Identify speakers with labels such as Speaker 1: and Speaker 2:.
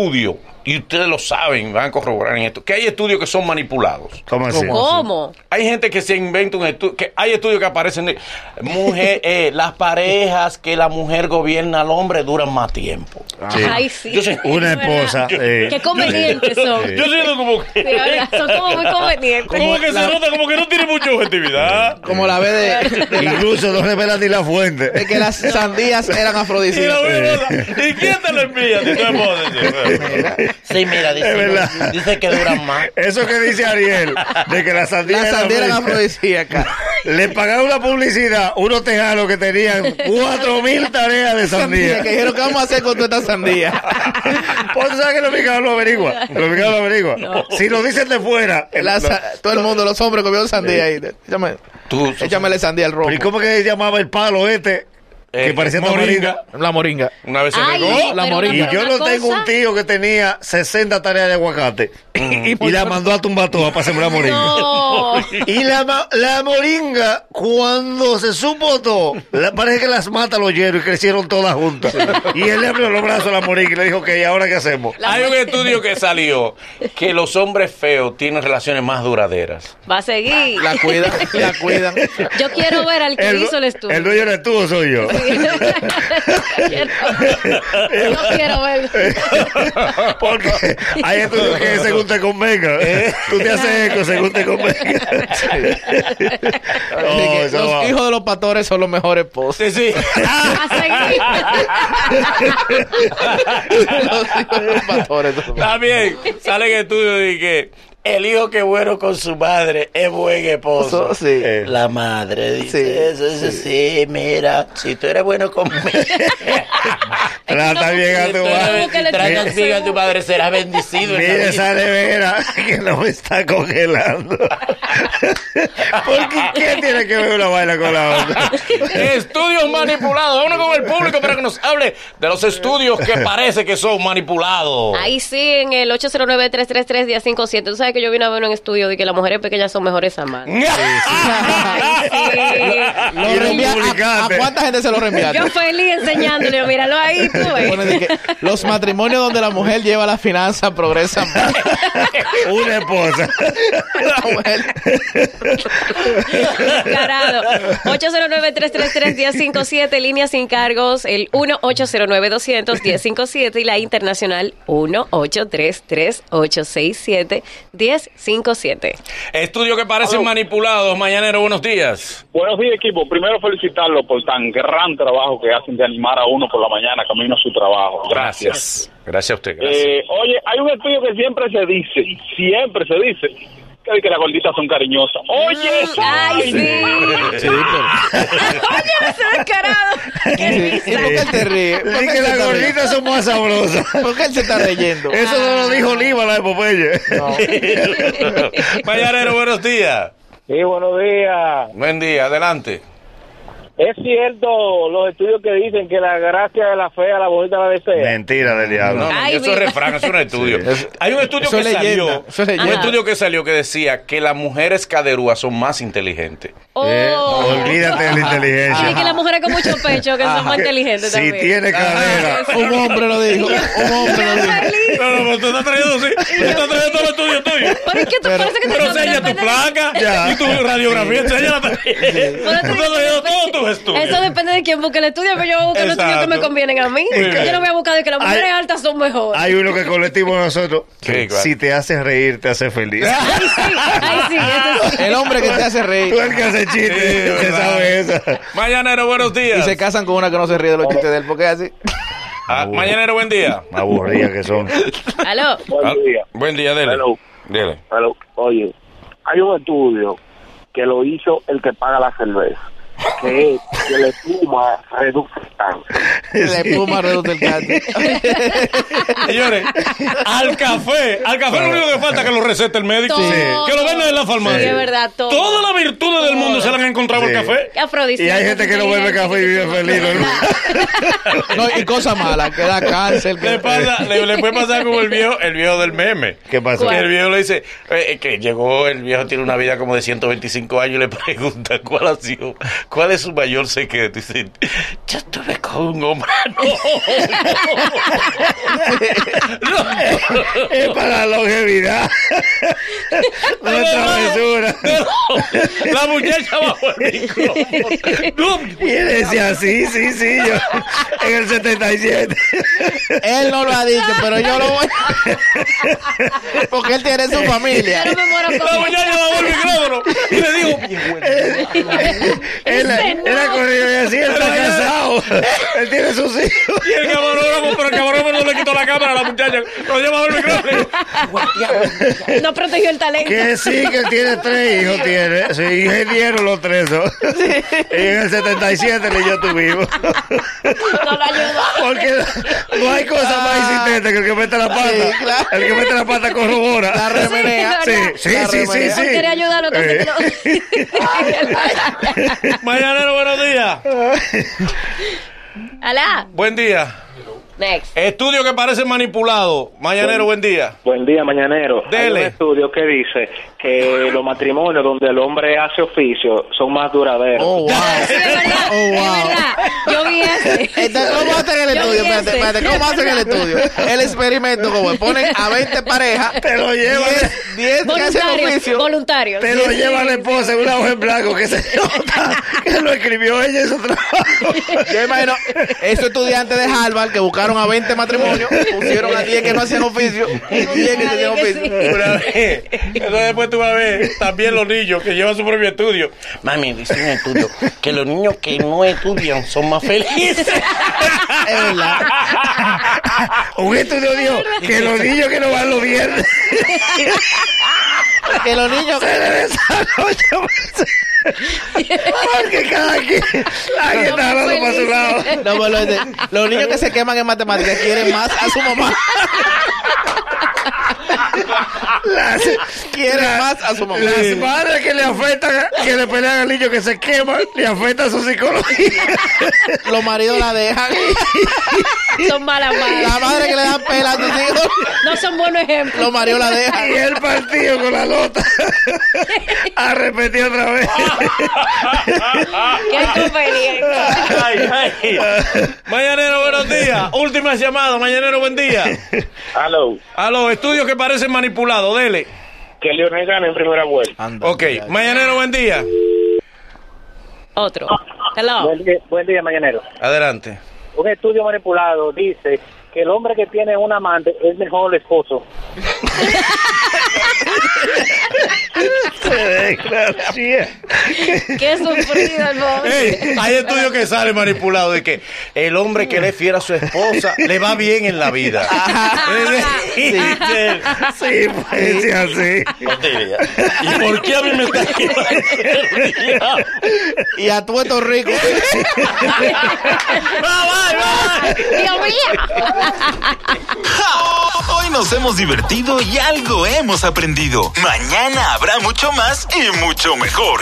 Speaker 1: estudios, y ustedes lo saben, van a corroborar en esto, que hay estudios que son manipulados.
Speaker 2: ¿Cómo así?
Speaker 3: ¿Cómo?
Speaker 1: Hay gente que se inventa un estudio, que hay estudios que aparecen de mujer, eh, las parejas que la mujer gobierna al hombre duran más tiempo.
Speaker 2: Sí.
Speaker 3: Ay, sí.
Speaker 1: Yo soy-
Speaker 2: Una
Speaker 3: Es verdad.
Speaker 2: esposa, eh,
Speaker 3: Qué convenientes son.
Speaker 2: Sí.
Speaker 1: Yo siento como
Speaker 3: Sí,
Speaker 1: que,
Speaker 3: ahora son como muy convenientes.
Speaker 1: como que se nota como que no tiene mucha objetividad.
Speaker 4: Como la vez de, de la-
Speaker 2: Incluso no revela ni la fuente.
Speaker 4: de que las sandías eran
Speaker 1: Y la
Speaker 4: afrodisíacas.
Speaker 1: misma cosa, ¿y quién te lo envía? Si tú me puedes decir.
Speaker 5: Sí, mira, dice,
Speaker 2: Es verdad.
Speaker 5: dice que duran más.
Speaker 2: Eso que dice Ariel, de que la sandía,
Speaker 4: Las
Speaker 2: era
Speaker 4: sandías eran
Speaker 2: feliz.
Speaker 4: afrodisíacas.
Speaker 2: Le pagaron la publicidad unos tejanos que tenían cuatro mil tareas de
Speaker 4: Sandía,
Speaker 2: sandía.
Speaker 4: que dijeron, ¿qué vamos a hacer con toda esta sandía?
Speaker 2: Pues tú sabes que los mexicanos lo averiguan. Los mexicanos lo averiguan. Si lo dicen de fuera. el-
Speaker 4: La
Speaker 2: lo-
Speaker 4: sa- todo el mundo, los hombres comieron sandía ahí. Échame,
Speaker 1: Tú,
Speaker 4: échamele sandía al rojo.
Speaker 2: Pero ¿Y cómo que se llamaba el palo este? Que
Speaker 1: Eh,
Speaker 2: parecía
Speaker 1: moringa.
Speaker 2: tamarindo.
Speaker 4: La moringa.
Speaker 1: Una vez se
Speaker 3: Ay,
Speaker 1: regó.
Speaker 3: pero una-
Speaker 4: moringa.
Speaker 2: Y
Speaker 3: pero
Speaker 2: yo
Speaker 3: una
Speaker 2: no tengo
Speaker 3: cosa-
Speaker 2: un tío que tenía 60 tareas de aguacate. Y la mandó a tumbar toda para sembrar moringa.
Speaker 3: Mm. No.
Speaker 2: Y la, ma- la moringa, cuando se supo todo, la- parece que las mata los hierros y crecieron todas juntas. Y él le abrió los brazos a la moringa y le dijo, ok, ¿ahora qué hacemos?
Speaker 3: La
Speaker 1: Hay un
Speaker 3: mujer-
Speaker 1: estudio que salió que los hombres feos tienen relaciones más duraderas.
Speaker 3: Va a seguir.
Speaker 4: La cuidan, la cuidan.
Speaker 3: Yo quiero ver al que
Speaker 2: El,
Speaker 3: hizo el
Speaker 2: du-
Speaker 3: estudio.
Speaker 2: el dueño del estudio soy yo.
Speaker 3: Quiero- Yo quiero ver.
Speaker 2: Porque hay estudios que según te convenga. ¿eh? Tú te haces eco según te convenga.
Speaker 4: Así
Speaker 2: No,
Speaker 4: que
Speaker 2: eso
Speaker 4: los
Speaker 2: va.
Speaker 4: hijos de los pastores son los mejores esposos.
Speaker 1: Sí, sí.
Speaker 3: Va a seguir.
Speaker 4: los hijos de los pastores son los mejores.
Speaker 1: También sale en estudio de que el hijo que bueno con su madre es buen esposo.
Speaker 4: Eso sí.
Speaker 2: Eh,
Speaker 5: La madre dice
Speaker 4: Sí,
Speaker 5: eso, eso sí. mira, si tú eres bueno conmigo,
Speaker 2: Trata bien a tu
Speaker 1: ah.
Speaker 2: madre.
Speaker 3: que le
Speaker 5: tratas bien a tu madre, serás bendecido. en la
Speaker 2: Mira
Speaker 5: vida.
Speaker 2: esa nevera que no me está congelando. Porque ¿qué tiene que ver una vaina con la otra?
Speaker 1: Estudios manipulados. Uno con el público para que nos hable de los estudios que parece que son manipulados.
Speaker 3: Ahí sí, en el 809-333-1057. Tú sabes que yo vine a ver un estudio de que las mujeres pequeñas son mejores amantes. Ay,
Speaker 4: Lo
Speaker 2: Y lo
Speaker 4: reenvía- a,
Speaker 2: publicaste.
Speaker 4: a cuánta gente se lo
Speaker 3: sí.
Speaker 4: reenviaste?
Speaker 3: Yo feliz enseñándole, míralo ahí, tú ves.
Speaker 4: Pone de que los matrimonios donde la mujer lleva la finanza progresan más.
Speaker 2: Una esposa.
Speaker 4: La mujer-
Speaker 3: Descarado. 809-333-1057, línea sin cargos, el 1-809-200-1057 y la internacional 1-833-867-1057.
Speaker 1: Estudios que parecen manipulados. Mañanero, buenos días.
Speaker 6: Buenos días, equipo. Primero felicitarlo por tan gran trabajo que hacen de animar a uno por la mañana camino a su trabajo. Gracias.
Speaker 1: Gracias a usted. Gracias.
Speaker 6: Eh, oye, hay un estudio que siempre se dice, siempre se dice, que, de que las gorditas son cariñosas. Oye, esa
Speaker 3: ¡Ay, sí!
Speaker 6: vaina.
Speaker 4: Sí, pero-
Speaker 3: ¡Oye, ese descarado! ¡Qué
Speaker 4: ¿Y
Speaker 3: risa!
Speaker 4: por
Speaker 2: Eh,
Speaker 4: qué él te ríe? ¿Por
Speaker 2: Dice
Speaker 4: qué
Speaker 2: que
Speaker 4: él se
Speaker 2: las
Speaker 4: está riendo?
Speaker 2: gorditas son más sabrosas.
Speaker 4: ¿Por qué él se está reyendo?
Speaker 2: Eso no lo dijo Oliva la de Popeye.
Speaker 4: No.
Speaker 1: Mañanero, buenos días.
Speaker 7: Sí, buenos días.
Speaker 1: Buen día, adelante.
Speaker 7: Es cierto los estudios que dicen que la gracia de la fea, la bonita la desea.
Speaker 2: Mentira del diablo.
Speaker 1: No, no,
Speaker 3: Ay,
Speaker 1: eso es
Speaker 3: mira.
Speaker 1: refrán, eso es un estudio. Hay un estudio que
Speaker 4: eso es leyenda,
Speaker 1: salió,
Speaker 4: eso es leyenda.
Speaker 1: un estudio que salió que decía que las mujeres caderúas son más inteligentes.
Speaker 2: Eh,
Speaker 3: ¡Oh!
Speaker 2: Olvídate de la
Speaker 3: Y de que
Speaker 2: inteligencia.
Speaker 3: las mujeres con mucho pecho, que son más inteligentes
Speaker 2: Si
Speaker 3: también.
Speaker 2: tiene cadera.
Speaker 4: Un hombre lo dijo. Un hombre lo dijo.
Speaker 1: No, no, pero tú estás trayendo, sí. Tú estás trayendo todo el estudio tuyo.
Speaker 3: Pero es que tú
Speaker 4: Pero-
Speaker 3: parece que te
Speaker 1: Pero
Speaker 3: estás
Speaker 1: enseña tu
Speaker 3: depende-
Speaker 1: placa
Speaker 2: Ya.
Speaker 1: y tu radiografía, enséñala también. Tú
Speaker 3: Pero
Speaker 1: estás
Speaker 3: te-
Speaker 1: trayendo todos tus estudios.
Speaker 3: Eso depende de quién busque el estudio, pero yo voy a buscar los estudios que me
Speaker 1: Exacto.
Speaker 3: convienen a mí.
Speaker 2: Muy bien.
Speaker 3: Yo no voy a buscar de que las
Speaker 2: Hay-
Speaker 3: mujeres altas son mejores.
Speaker 2: Hay uno que colectivo nosotros. que
Speaker 1: Sí, claro.
Speaker 2: Si te hace reír, te hace feliz.
Speaker 3: Ay, sí, ay, sí, eso sí.
Speaker 4: El hombre que te hace reír.
Speaker 2: Tú el que hace chiste,
Speaker 1: Sí,
Speaker 2: se
Speaker 1: verdad.
Speaker 2: sabe esa.
Speaker 1: Mañanero, buenos
Speaker 4: Y
Speaker 1: días.
Speaker 4: se casan con una que no se ríe de los chistes de él. Porque es así.
Speaker 1: Ah, mañanero, buen día.
Speaker 2: Aburrida que son.
Speaker 3: Aló.
Speaker 1: Ah,
Speaker 7: Buenos días.
Speaker 1: Buen día, Dele.
Speaker 7: Hello.
Speaker 1: Dele.
Speaker 7: Pero, oye, hay un estudio que lo hizo el que paga la cerveza, que es que la espuma reduce el cáncer.
Speaker 4: La espuma reduce el cáncer.
Speaker 1: Señores, al café, al café lo único que falta es que lo recete el médico.
Speaker 3: Todo.
Speaker 1: Que lo venden en la farmacia.
Speaker 3: Sí, es verdad, todo.
Speaker 1: Todas las virtudes del mundo se las han encontrado al
Speaker 2: Sí.
Speaker 1: café.
Speaker 2: Y hay gente que no bebe café y vive feliz. ¿no?
Speaker 4: No, y cosas malas. Que da cáncer.
Speaker 1: Le,
Speaker 4: Que...
Speaker 1: pasa, le, le puede pasar como el viejo, el viejo del meme.
Speaker 2: ¿Qué pasó?
Speaker 1: Que el viejo le dice, eh, eh, que llegó, el viejo tiene una vida como de 125 años y le pregunta cuál ha sido, cuál ¿Cuál es su mayor secreto? Dice, yo estuve con un hombre. No, no,
Speaker 2: Es para la longevidad. Nuestra mesura.
Speaker 1: no. La muchacha bajo el micrófono.
Speaker 2: Y él decía, sí, sí, sí, yo en el 77.
Speaker 4: eh, Él no lo ha dicho, pero yo lo voy. Porque él tiene su familia.
Speaker 3: Yo no me muero
Speaker 1: No, la
Speaker 3: con
Speaker 1: muchacha bajo el micrófono. Y le digo,
Speaker 2: Él, él ha corrido y así, él está casado. Él tiene sus hijos.
Speaker 1: y el camarógrafo, pero el camarógrafo no le quitó la cámara a la muchacha. Lo lleva bajo el micrófono.
Speaker 3: No protegió el talento.
Speaker 2: Que sí, que él tiene tres hijos, tiene. Sí, ingenieros los tres, ¿no? Y en el 77 le yo tuvimos.
Speaker 3: No lo ayudó.
Speaker 2: Porque no hay cosa más insistente que el que mete la pata.
Speaker 4: Ah. Sí, claro.
Speaker 2: El que mete la pata corrobora.
Speaker 4: La remenea.
Speaker 2: Sí,
Speaker 3: ¿verdad?
Speaker 2: sí,
Speaker 4: La
Speaker 2: sí, sí,
Speaker 4: remenea.
Speaker 2: sí.
Speaker 3: No quiere ayudarlo, que
Speaker 2: Eh.
Speaker 3: se quedó.
Speaker 1: Mañanero, buenos días.
Speaker 3: Alá.
Speaker 1: Buen día.
Speaker 3: Next.
Speaker 1: Estudio que parece manipulado. Mañanero, buen día.
Speaker 8: Buen día, mañanero. Hay un
Speaker 1: Dele.
Speaker 8: estudio que dice que los matrimonios donde el hombre hace oficio son más duraderos.
Speaker 4: Oh, wow.
Speaker 3: Sí, es verdad.
Speaker 4: Oh, wow.
Speaker 3: Es verdad. Yo vi ese.
Speaker 4: Entonces, ¿cómo hacen el
Speaker 3: Yo
Speaker 4: estudio?
Speaker 3: vi
Speaker 4: Espérate,
Speaker 3: ese.
Speaker 4: espérate, ¿cómo hacen el estudio? El experimento, como es, ponen a 20 parejas,
Speaker 2: Te lo llevan.
Speaker 4: 10, 10 que hacen
Speaker 3: Voluntarios.
Speaker 4: oficio.
Speaker 3: Voluntarios.
Speaker 2: Te lo lleva la esposa en una hoja en blanco que se nota que lo escribió ella en su trabajo.
Speaker 4: Yo imagino, esos estudiantes de Harvard que buscaron a 20 matrimonios, pusieron a 10 que no hacían oficio y 10 que hacían
Speaker 3: Nadie que
Speaker 4: oficio.
Speaker 3: sí.
Speaker 1: Una vez. Entonces después tú vas a ver también los niños que llevan su propio estudio.
Speaker 5: Mami, dice un estudio que los niños que no estudian son más felices.
Speaker 4: Es verdad.
Speaker 2: Un estudio dijo que los niños que no van los viernes
Speaker 4: Que los niños.
Speaker 2: se le besan ocho veces. Porque cada quien, cada quien está hablando para su lado.
Speaker 4: No, pero los, de- los niños que se queman en matemáticas quieren más a su mamá.
Speaker 2: Las,
Speaker 4: Quieren más a su mamá.
Speaker 2: las madres que le afectan, que le pelean al niño que se quema, le afecta su psicología.
Speaker 4: Los maridos la dejan.
Speaker 3: Son malas
Speaker 4: La
Speaker 3: madres.
Speaker 4: madre que le dan pela a tus hijos,
Speaker 3: No son buenos ejemplos.
Speaker 4: los maridos la dejan.
Speaker 2: Y el partido con la lota a repetir otra vez.
Speaker 3: Qué conveniente.
Speaker 1: Ay, ay. Mañanero, buenos días. Última llamada. Mañanero, buen día.
Speaker 6: Aló,
Speaker 1: A los estudios que parecen manipulados, dele.
Speaker 6: que Leonel gane en primera vuelta.
Speaker 1: Ok. Mañanero, buen día.
Speaker 3: Otro. Hello.
Speaker 8: Buen, día, buen día, mañanero.
Speaker 1: Adelante.
Speaker 8: Un estudio manipulado dice que el hombre que tiene un amante es mejor esposo.
Speaker 3: Qué sufrido el pobre.
Speaker 1: Ey, hay estudios que salen manipulados de que el hombre que le es fiel a su esposa le va bien en la vida.
Speaker 2: Sí, pues sí, así.
Speaker 1: ¿Y por qué a mí me está llevando?
Speaker 4: Y a tu estos ricos.
Speaker 3: Dios mío.
Speaker 9: Hoy nos hemos divertido y algo hemos aprendido. Mañana habrá mucho más y mucho mejor.